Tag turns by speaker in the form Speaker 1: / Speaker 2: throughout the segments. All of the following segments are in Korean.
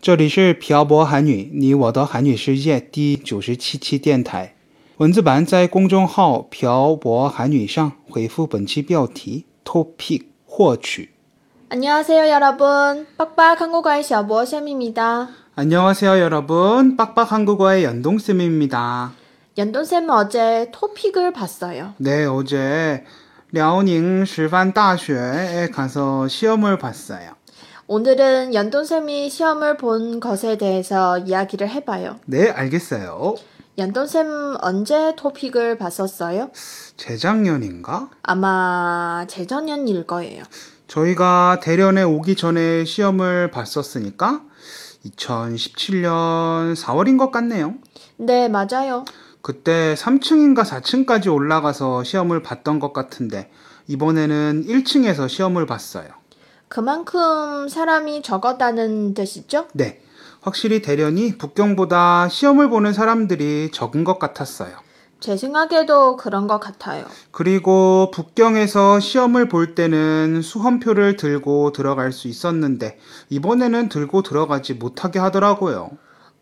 Speaker 1: 这里是朴博韩语，你我的韩语世界第九十七期电台文字版，在公众号“朴博韩语”上回复本期标题 “topic” 获取。
Speaker 2: 안녕하세요 여러분. 빡빡 한국어의 샤보 쌤입니다.
Speaker 1: 안녕하세요 여러분, 빡빡 한국어의 연동쌤입니다.
Speaker 2: 연돈쌤 어제 토픽을 봤어요.
Speaker 1: 네, 어제 랴오닝师范 大学에 가서 시험을 봤어요.
Speaker 2: 오늘은 연돈쌤이 시험을 본 것에 대해서 이야기를 해봐요.
Speaker 1: 네, 알겠어요.
Speaker 2: 연돈쌤 언제 토픽을 봤었어요?
Speaker 1: 재작년인가?
Speaker 2: 아마 재작년일 거예요.
Speaker 1: 저희가 대련에 오기 전에 시험을 봤었으니까 2017년 4월인 것 같네요.
Speaker 2: 네, 맞아요.
Speaker 1: 그때 3층인가 4층까지 올라가서 시험을 봤던 것 같은데 이번에는 1층에서 시험을 봤어요.
Speaker 2: 그만큼 사람이 적었다는 뜻이죠?
Speaker 1: 네. 확실히 대련이 북경보다 시험을 보는 사람들이 적은 것 같았어요.
Speaker 2: 제 생각에도 그런 것 같아요.
Speaker 1: 그리고 북경에서 시험을 볼 때는 수험표를 들고 들어갈 수 있었는데 이번에는 들고 들어가지 못하게 하더라고요.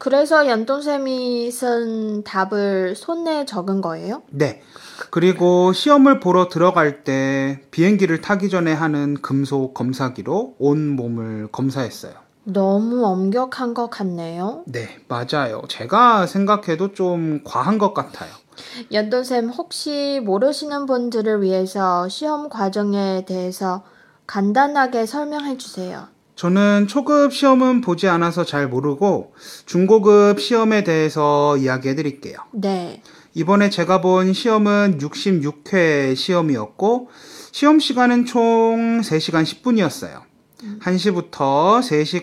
Speaker 2: 그래서 연돈쌤이 쓴 답을 손에 적은 거예요?
Speaker 1: 네. 그리고 시험을 보러 들어갈 때 비행기를 타기 전에 하는 금속 검사기로 온 몸을 검사했어요.
Speaker 2: 너무 엄격한 것 같네요.
Speaker 1: 네, 맞아요. 제가 생각해도 좀 과한 것 같아요.
Speaker 2: 연돈쌤 혹시 모르시는 분들을 위해서 시험 과정에 대해서 간단하게 설명해 주세요.
Speaker 1: 저는 초급 시험은 보지 않아서 잘 모르고 중고급 시험에 대해서 이야기해 드릴게요.
Speaker 2: 네.
Speaker 1: 이번에 제가 본 시험은 66회 시험이었고, 시험 시간은 총 3시간 10분이었어요. 1시부터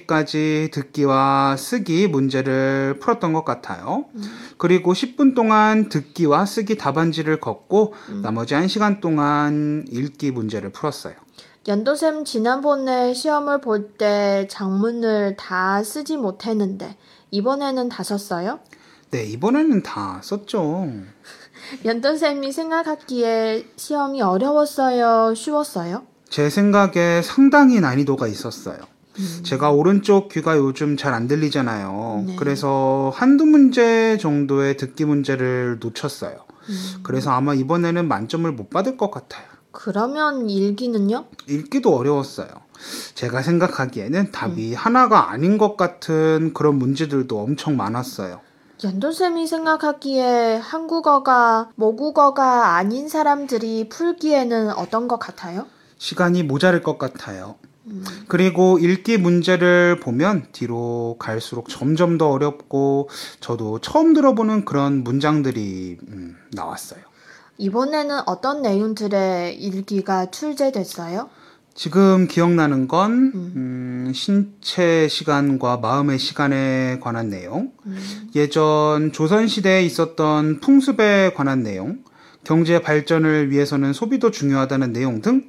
Speaker 1: 3시까지 듣기와 쓰기 문제를 풀었던 것 같아요. 그리고 10분 동안 듣기와 쓰기 답안지를 걷고, 나머지 1시간 동안 읽기 문제를 풀었어요.
Speaker 2: 연돈쌤 지난번에 시험을 볼 때 장문을 다 쓰지 못했는데 이번에는 다 썼어요?
Speaker 1: 네, 이번에는 다 썼죠.
Speaker 2: 연돈쌤이 생각하기에 시험이 어려웠어요? 쉬웠어요?
Speaker 1: 제 생각에 상당히 난이도가 있었어요. 제가 오른쪽 귀가 요즘 잘 안 들리잖아요.
Speaker 2: 네.
Speaker 1: 그래서 한두 문제 정도의 듣기 문제를 놓쳤어요.
Speaker 2: 음.
Speaker 1: 그래서 아마 이번에는 만점을 못 받을 것 같아요.
Speaker 2: 그러면 일기는요?
Speaker 1: 읽기도 어려웠어요. 제가 생각하기에는 답이 하나가 아닌 것 같은 그런 문제들도 엄청 많았어요.
Speaker 2: 연돈쌤이 생각하기에 한국어가 모국어가 아닌 사람들이 풀기에는 어떤 것 같아요?
Speaker 1: 시간이 모자랄 것 같아요. 그리고 읽기 문제를 보면 뒤로 갈수록 점점 더 어렵고 저도 처음 들어보는 그런 문장들이 음, 나왔어요.
Speaker 2: 이번에는 어떤 내용들의 일기가 출제됐어요?
Speaker 1: 지금 기억나는 건 음, 신체 시간과 마음의 시간에 관한 내용, 예전 조선시대에 있었던 풍습에 관한 내용, 경제 발전을 위해서는 소비도 중요하다는 내용 등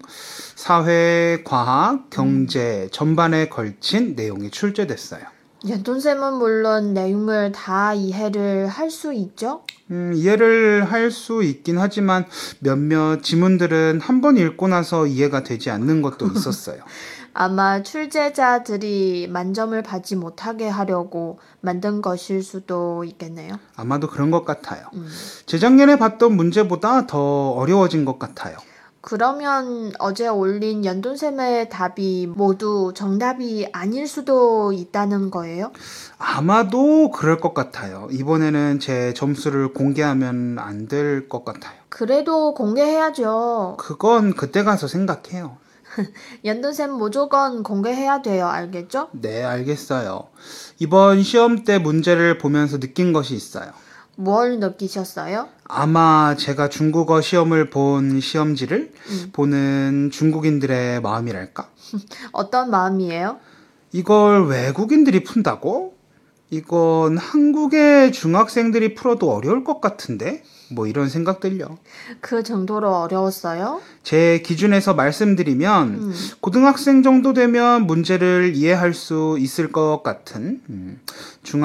Speaker 1: 사회, 과학, 경제 전반에 걸친 내용이 출제됐어요.
Speaker 2: 연돈쌤은 물론 내용을 다 이해를 할 수 있죠?
Speaker 1: 음, 이해를 할 수 있긴 하지만 몇몇 지문들은 한 번 읽고 나서 이해가 되지 않는 것도 있었어요.
Speaker 2: 아마 출제자들이 만점을 받지 못하게 하려고 만든 것일 수도 있겠네요.
Speaker 1: 아마도 그런 것 같아요.
Speaker 2: 음.
Speaker 1: 재작년에 봤던 문제보다 더 어려워진 것 같아요.
Speaker 2: 그러면 어제 올린 연돈쌤의 답이 모두 정답이 아닐 수도 있다는 거예요?
Speaker 1: 아마도 그럴 것 같아요. 이번에는 제 점수를 공개하면 안 될 것 같아요.
Speaker 2: 그래도 공개해야죠.
Speaker 1: 그건 그때 가서 생각해요.
Speaker 2: 연돈쌤 무조건 공개해야 돼요. 알겠죠?
Speaker 1: 네, 알겠어요. 이번 시험 때 문제를 보면서 느낀 것이 있어요.
Speaker 2: 뭘 느끼셨어요?
Speaker 1: 아마 제가 중국어 시험을 본 시험지를 보는 중국인들의 마음이랄까?
Speaker 2: 어떤 마음이에요?
Speaker 1: 이걸 외국인들이 푼다고? 이건 한국의 중학생들이 풀어도 어려울 것 같은데? 뭐 이런 생각 들려.
Speaker 2: 그 정도로 어려웠어요?
Speaker 1: 제 기준에서 말씀드리면
Speaker 2: 음.
Speaker 1: 고등학생 정도 되면 문제를 이해할 수 있을 것 같은 음,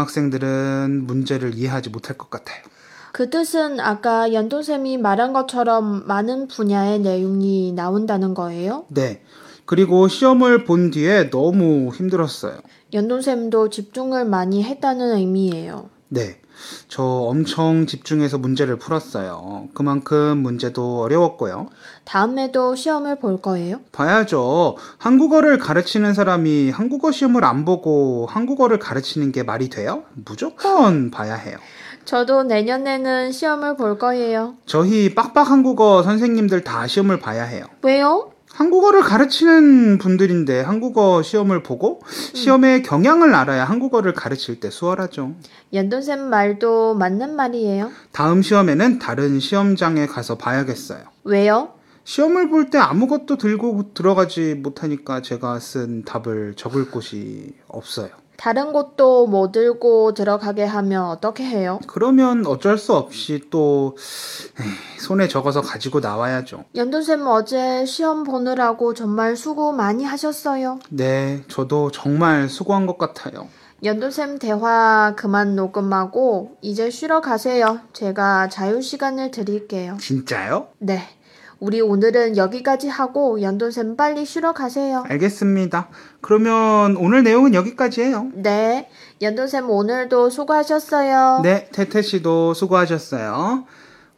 Speaker 1: 중학생들은 문제를 이해하지 못할 것 같아요.
Speaker 2: 그 뜻은 아까 연돈쌤이 말한 것처럼 많은 분야의 내용이 나온다는 거예요?
Speaker 1: 네. 그리고 시험을 본 뒤에 너무 힘들었어요.
Speaker 2: 연돈쌤도 집중을 많이 했다는 의미예요.
Speaker 1: 네. 저 엄청 집중해서 문제를 풀었어요. 그만큼 문제도 어려웠고요.
Speaker 2: 다음에도 시험을 볼 거예요?
Speaker 1: 봐야죠. 한국어를 가르치는 사람이 한국어 시험을 안 보고 한국어를 가르치는 게 말이 돼요? 무조건 봐야 해요.
Speaker 2: 저도 내년에는 시험을 볼 거예요.
Speaker 1: 저희 빡빡 한국어 선생님들 다 시험을 봐야 해요.
Speaker 2: 왜요?
Speaker 1: 한국어를 가르치는 분들인데 한국어 시험을 보고 시험의 경향을 알아야 한국어를 가르칠 때 수월하죠.
Speaker 2: 연돈쌤 말도 맞는 말이에요.
Speaker 1: 다음 시험에는 다른 시험장에 가서 봐야겠어요.
Speaker 2: 왜요?
Speaker 1: 시험을 볼 때 아무것도 들고 들어가지 못하니까 제가 쓴 답을 적을 곳이 없어요.
Speaker 2: 다른 곳도 못 들고 들어가게 하면 어떻게 해요?
Speaker 1: 그러면 어쩔 수 없이 또 에이, 손에 적어서 가지고 나와야죠.
Speaker 2: 연돈쌤 어제 시험 보느라고 정말 수고 많이 하셨어요.
Speaker 1: 네, 저도 정말 수고한 것 같아요.
Speaker 2: 연돈쌤 대화 그만 녹음하고 이제 쉬러 가세요. 제가 자유 시간을 드릴게요.
Speaker 1: 진짜요?
Speaker 2: 네. 우리 오늘은 여기까지 하고 연돈쌤 빨리 쉬러 가세요.
Speaker 1: 알겠습니다. 그러면 오늘 내용은 여기까지예요.
Speaker 2: 네. 연돈쌤 오늘도 수고하셨어요.
Speaker 1: 네, 태태 씨도 수고하셨어요.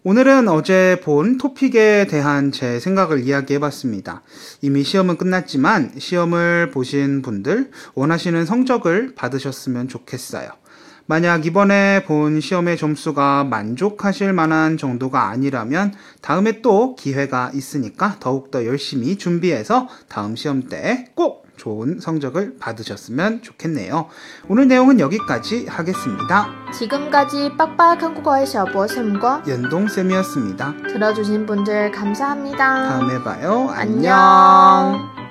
Speaker 1: 오늘은 어제 본 토픽에 대한 제 생각을 이야기해봤습니다. 이미 시험은 끝났지만 시험을 보신 분들 원하시는 성적을 받으셨으면 좋겠어요. 만약 이번에 본 시험의 점수가 만족하실 만한 정도가 아니라면 다음에 또 기회가 있으니까 더욱더 열심히 준비해서 다음 시험 때 꼭 좋은 성적을 받으셨으면 좋겠네요. 오늘 내용은 여기까지 하겠습니다.
Speaker 2: 지금까지 빡빡 한국어의 셔버쌤과
Speaker 1: 연동쌤이었습니다.
Speaker 2: 들어주신 분들 감사합니다.
Speaker 1: 다음에 봐요. 안녕.
Speaker 2: 안녕.